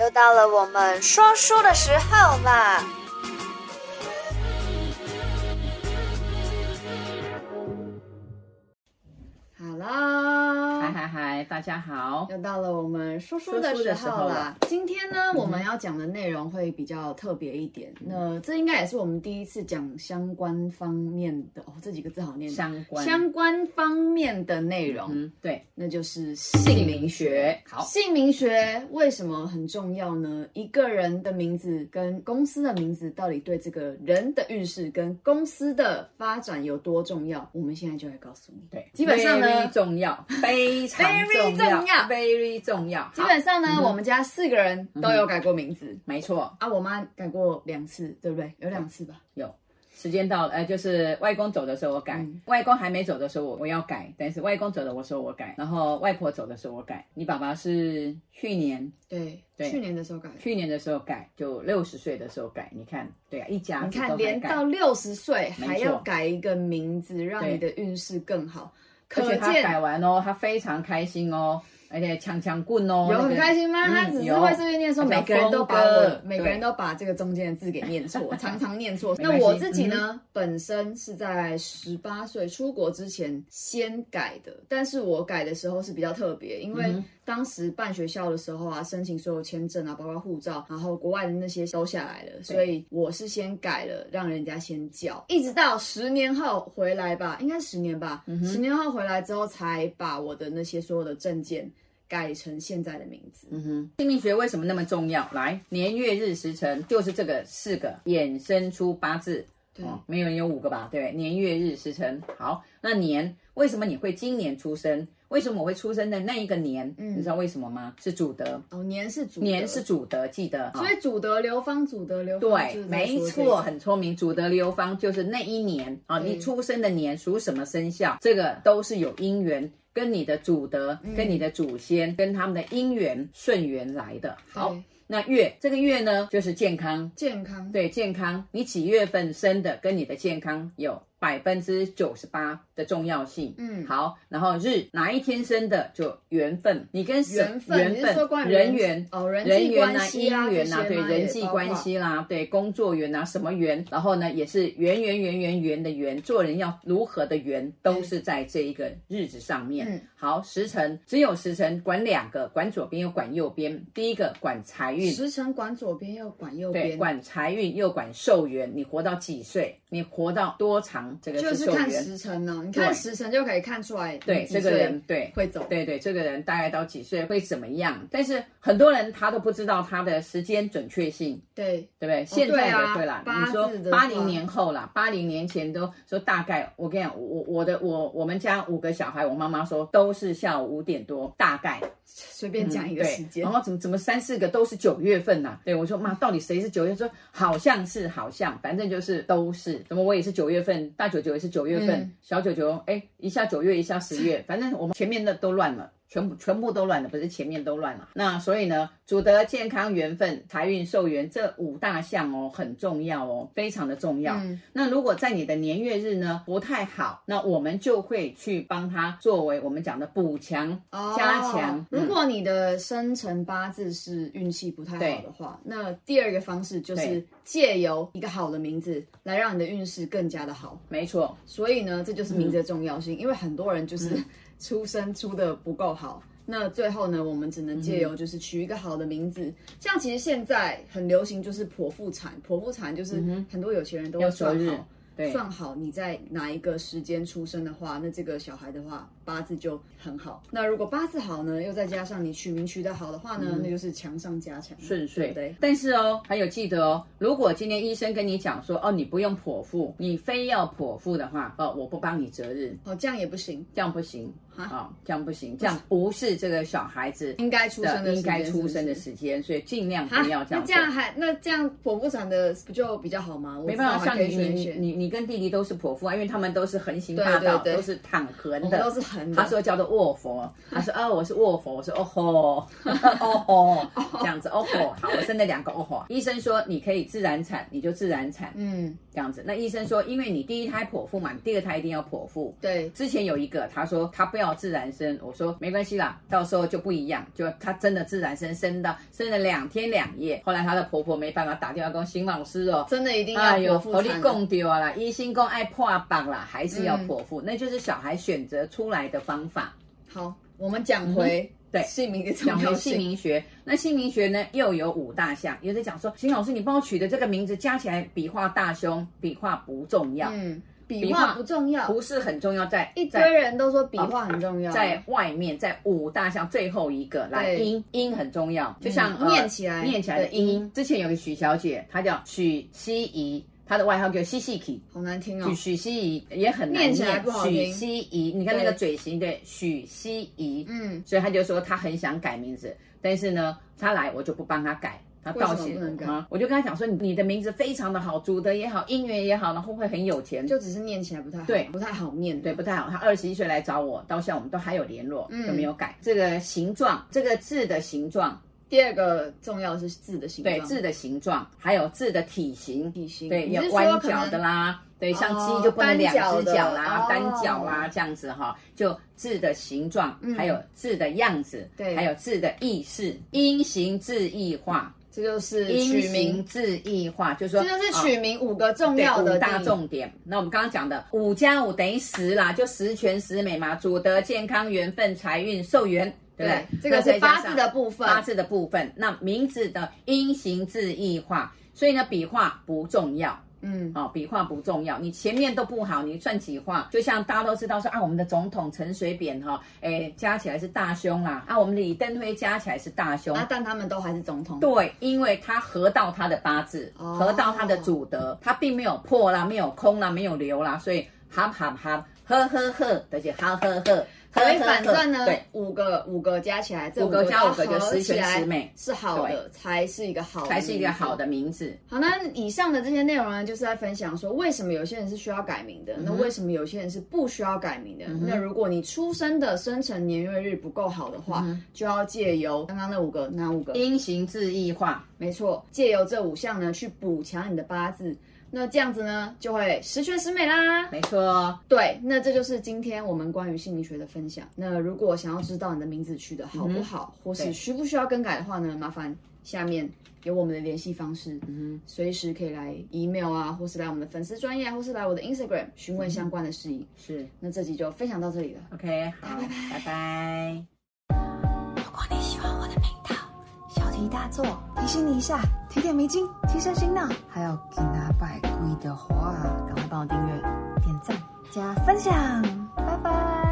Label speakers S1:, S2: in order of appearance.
S1: 又到了我们说书的时候啦！好
S2: 嗨
S1: 啦，
S2: 嗨嗨，大家好。
S1: 又到了我们说书
S2: 说
S1: 的
S2: 书
S1: 时
S2: 的时
S1: 候
S2: 候
S1: 啦
S2: 啦。
S1: 今天呢，我们要讲的内容会比较特别一点。
S2: 嗯
S1: 那这应该也是我们第一次讲相关方面的哦，这几个字好念。
S2: 相关
S1: 相关方面的内容，
S2: 嗯，对，
S1: 那就是姓
S2: 姓
S1: 名
S2: 名学。好，
S1: 姓名学为什么很重要呢？一个人的名字跟公司的名字到底对这个人的运势跟公司的发展有多重要？我们现在就来告诉你。
S2: 对，
S1: 基本上呢
S2: very 重要，非常
S1: Very 重要
S2: 要，very 重要。
S1: 基
S2: 好嗯
S1: 本上呢，我们家四个人都有改过名字、
S2: 没错，
S1: 啊，我妈改过两次，对不对？有两次吧。
S2: 有时间到了，呃，就是外公走的时候我改，
S1: 嗯
S2: 外公还没走的时候我我要改，但是外公走的我说我改，然后外婆走的时候我改。你爸爸是去年
S1: 对，
S2: 嗯对
S1: 去年的时候改。
S2: 去年的时候改，就六十岁的时候改，你看，对啊，一家
S1: 你
S2: 子都
S1: 看，
S2: 还
S1: 连
S2: 改
S1: 到六十岁
S2: 没错
S1: 还要改一个名字，让
S2: 对
S1: 你的运势更好，可
S2: 而且他
S1: 见
S2: 改完哦，他非常开心哦，而且强强棍哦，
S1: 有
S2: 那
S1: 很
S2: 个
S1: 开心吗？
S2: 嗯
S1: 他只是
S2: 有
S1: 会顺便念说，
S2: 他叫
S1: 每个人都把
S2: 峰
S1: 我
S2: 哥
S1: 每个
S2: 对
S1: 人都把这个中间的字给念 错，常常念错。
S2: 没
S1: 那
S2: 关系嗯
S1: 我自己呢，本身是在十八岁出国之前先改的，但是我改的时候是比较特别，因为
S2: 嗯
S1: 当时办学校的时候啊，申请所有签证啊，包括护照，然后国外的那些都下来了，所以我是先改了，让人家先叫，一直到十年后回来吧，应该十年吧，十年后回来之后才把我的那些所有的证件。改成现在的名字。
S2: 嗯哼，姓名学为什么那么重要？来，年月日时辰就是这个四个衍生出八字。
S1: 对
S2: 哦，没有人有五个吧？对不对，年月日时辰。好，那年为什么你会今年出生？为什么我会出生的那一个年？
S1: 嗯
S2: 你知道为什么吗？是主德，
S1: 哦，年是祖德，
S2: 年是主德，记得。
S1: 所以祖德流芳，祖德流芳
S2: 对
S1: 就是，在
S2: 没
S1: 说这
S2: 错，
S1: 个
S2: 很聪明。主德流芳就是那一年啊，
S1: 对
S2: 你出生的年属什么生肖，这个都是有因缘，跟你的祖德、
S1: 嗯
S2: 跟你的祖先、跟他们的因缘顺缘来的。好
S1: 对，
S2: 那月这个月呢，就是健康，
S1: 健康，
S2: 对健康，你几月份生的，跟你的健康有百分之九十八的重要性。
S1: 嗯
S2: 好，然后日哪一天生的就缘分，你跟什
S1: 缘分，你
S2: 缘
S1: 是说
S2: 分
S1: 关于
S2: 人缘。
S1: 哦，人
S2: 人
S1: 际
S2: 缘
S1: 关
S2: 呐、
S1: 系啊，
S2: 姻缘呐、
S1: 这些
S2: 对
S1: 吗
S2: 人际关，系啦、对工作缘呐、啊什么缘，然后呢，也是缘缘缘缘缘的缘，做人要如何的缘，都是在这一个日子上面。
S1: 嗯
S2: 好，时辰只有时辰，管两个，管左边又管右边。第一个管财
S1: 也包括
S2: 运，
S1: 时辰管左边又管右
S2: 对，
S1: 边，
S2: 管财运又管寿元，你活到几岁，你活到多长，这个
S1: 就是是
S2: 寿
S1: 看
S2: 元。
S1: 时辰呢，你看
S2: 对
S1: 时辰就可以看出来，
S2: 对，这个人对。
S1: 会走，
S2: 对对，这个人大概到几岁会怎么样？但是很多人他都不知道他的时间准确性，
S1: 对，
S2: 对不对？现在
S1: 对啊
S2: 的对啦，
S1: 八
S2: 你说
S1: 字的话
S2: 八零年后啦，八零年前都说大概，我跟你讲，我我的我我们家五个小孩，我妈妈说都是下午五点多，大概
S1: 随便讲一个时
S2: 嗯对，哦
S1: 间
S2: 然，后怎么怎么三四个都是九月份呐、对我说妈，到底谁是九月？说好像是好像，反正就是都是。怎么我也是九月份，大九九也是九月份，
S1: 嗯
S2: 小九九哎，一下九月一下十 月，反正我们前面的都乱了。全部全部都乱了，不是前面都乱了。那所以呢，主得健康、缘分、财运、寿元这五大项哦，很重要哦，非常的重要。
S1: 嗯
S2: 那如果在你的年月日呢不太好，那我们就会去帮他作为我们讲的补强、
S1: 哦
S2: 加嗯强。
S1: 如果你的生辰八字是运气不太好的话，那第二个方式就是
S2: 对
S1: 借由一个好的名字来让你的运势更加的好。
S2: 没错，
S1: 所以呢，这就是名字的
S2: 嗯
S1: 重要性，因为很多人就是 出生出的不够好。那最后呢，我们只能借
S2: 嗯
S1: 由就是取一个好的名字，像其实现在很流行就是剖腹产，剖腹产就是很多有钱人都会
S2: 嗯要择
S1: 算
S2: 日
S1: 好，
S2: 对
S1: 算好你在哪一个时间出生的话，那这个小孩的话八字就很好。那如果八字好呢，又再加上你取名取得好的话呢，那就是强上加强，
S2: 顺
S1: 对
S2: 遂。
S1: 不对。
S2: 嗯但是哦，还有记得哦，如果今天医生跟你讲说，哦，你不用剖腹，你非要剖腹的话，哦，我不帮你择日，
S1: 哦，这样也不行，
S2: 这样不行
S1: 哈
S2: 啊、哦这样不行，这样不是这个小孩子
S1: 应该出生的
S2: 应该出生的
S1: 时间是不是
S2: 时间，所以尽量
S1: 啊
S2: 不要这
S1: 那
S2: 样
S1: 这
S2: 做。
S1: 样还那这样剖腹产的不就比较好吗？我
S2: 没办法，
S1: 知道
S2: 像
S1: 还可
S2: 你
S1: 以选一
S2: 你
S1: 选，
S2: 你你跟弟弟都是剖腹啊，因为他们都是横行
S1: 对
S2: 霸道，
S1: 对对
S2: 都是躺横
S1: 我
S2: 的
S1: 们，都是横的。
S2: 他说叫做 卧佛，他说哦我是卧佛，我说哦吼， 哦吼， 这样子哦吼，好，我生了两个哦吼。医生说你可以自然产，你就自然产
S1: 嗯，
S2: 这样子。那医生说，因为你第一胎剖腹嘛，你第二胎一定要剖腹。
S1: 对，
S2: 之前有一个他说他不要要自然生，我说没关系啦，到时候就不一样。就她真的自然生，生到生了两天两夜，后来她的婆婆没办法打电话跟我邢老师哦。
S1: 真的一定要
S2: 哎呦，
S1: 剖腹
S2: 和你
S1: 产的。
S2: 共丢啦！医心共爱破榜啦，还是要剖
S1: 嗯
S2: 腹，那就是小孩选择出来的方法。
S1: 好，我们讲回
S2: 嗯对
S1: 姓名的 重
S2: 讲回
S1: 要
S2: 姓
S1: 性。
S2: 名学，那姓名学呢又有五大项，有的讲说，邢老师你帮我取的这个名字加起来，笔画大凶，笔画不重要，
S1: 嗯，笔
S2: 笔画
S1: 画不重要，
S2: 不是很重要，在
S1: 一堆啊
S2: 在
S1: 人都说笔画很重要，
S2: 在外面，在五大项最后一个来
S1: 对
S2: 音音很重要，就像、
S1: 嗯
S2: 呃
S1: 念起来
S2: 念起来的
S1: 的音
S2: 音。之前有个许小姐，她叫许希怡，她的外号叫西西奇。
S1: 好难听哦
S2: 许。许希怡也很难
S1: 念起来不好
S2: 许
S1: 听
S2: 希怡，你看那
S1: 对
S2: 个嘴型对，许希怡，
S1: 嗯，
S2: 所以他就说他很想改名字，但是呢，他来我就不帮他改。他道
S1: 为什
S2: 歉
S1: 么不能改
S2: 啊！我就跟他讲说，你你的名字非常的好，祖德也好，姻缘也好，然后会很有钱，
S1: 就只是念起来不太好，
S2: 对
S1: 不太好念。
S2: 对，不太好。他二十一岁来找我，到现在我们都还有联络，
S1: 嗯
S2: 都没有改。这个形状，这个字的形状，
S1: 第二个重要的是字的形状，
S2: 对字的形状，还有字的体型，
S1: 体型，
S2: 对，
S1: 你
S2: 有
S1: 是
S2: 弯
S1: 说可
S2: 角的
S1: 能
S2: 啦，对，像
S1: 哦
S2: 鸡就不能
S1: 单
S2: 两
S1: 脚
S2: 只
S1: 的
S2: 脚
S1: 哦、
S2: 啦单脚啦这样子哈，就字的形状，还有字的样子，
S1: 嗯对
S2: 还有字的意思，音形字义化，
S1: 这就是
S2: 音
S1: 取名
S2: 形，字义化，就是说
S1: 这就是
S2: 啊
S1: 取名五个重
S2: 对
S1: 要的
S2: 五大
S1: 地
S2: 重点。那我们刚刚讲的五加五等于十啦，就十全十美嘛，主德、健康、缘分、财运、寿元，对不对
S1: 对？，这个
S2: 那再
S1: 是
S2: 加
S1: 八
S2: 上
S1: 字的部分，
S2: 八字的部分。那名字的音形字义化，所以呢，笔画不重要。
S1: 嗯，
S2: 哦，笔画不重要，你前面都不好，你算几画？就像大家都知道说啊，我们的总统陈水扁哈、哎，加起来是大凶啦，啊，我们的李登辉加起来是大凶。
S1: 啊，但他们都还是总统，
S2: 对，因为他合到他的八字，
S1: 哦
S2: 合到他的祖德，他并没有破啦，没有空啦，没有流啦，所以哈哈哈，呵呵呵，而且哈呵呵，
S1: 所以
S2: 呵呵呵
S1: 反正呢
S2: 对，，
S1: 五个五个加起来，这
S2: 五个加五
S1: 个
S2: 个就
S1: 合
S2: 十
S1: 起
S2: 全
S1: 来
S2: 十美，
S1: 是好的，才是一个好的，
S2: 才是一个好。的名字。
S1: 好，那以上的这些内容呢，就是在分享说，为什么有些人是需要改名
S2: 嗯
S1: 的，那为什么有些人是不需要改名的？那如果你出生的生辰年月日不够好的
S2: 嗯
S1: 话，就要借由刚刚那五个哪五个？
S2: 音形字义化，
S1: 没错，借由这五项呢去补强你的八字，那这样子呢就会十全十美啦。
S2: 没错哦。
S1: 对，那这就是今天我们关于姓名学的分享。那如果想要知道你的名字取得好不好，或
S2: 嗯对
S1: 是需不需要更改的话呢，麻烦下面有我们的联系方式，
S2: 嗯
S1: 随时可以来 email 啊，或是来我们的粉丝专业，或是来我的 Instagram 询问相关的事宜。
S2: 嗯哼，是
S1: 那这集就分享到这里了。
S2: OK，好，拜拜
S3: 如果你喜欢我的频道，小题大做，提醒你一下，提点迷津，提升醒脑。还有给拿百贵的话，赶快帮我订阅、点赞、加分享，拜拜。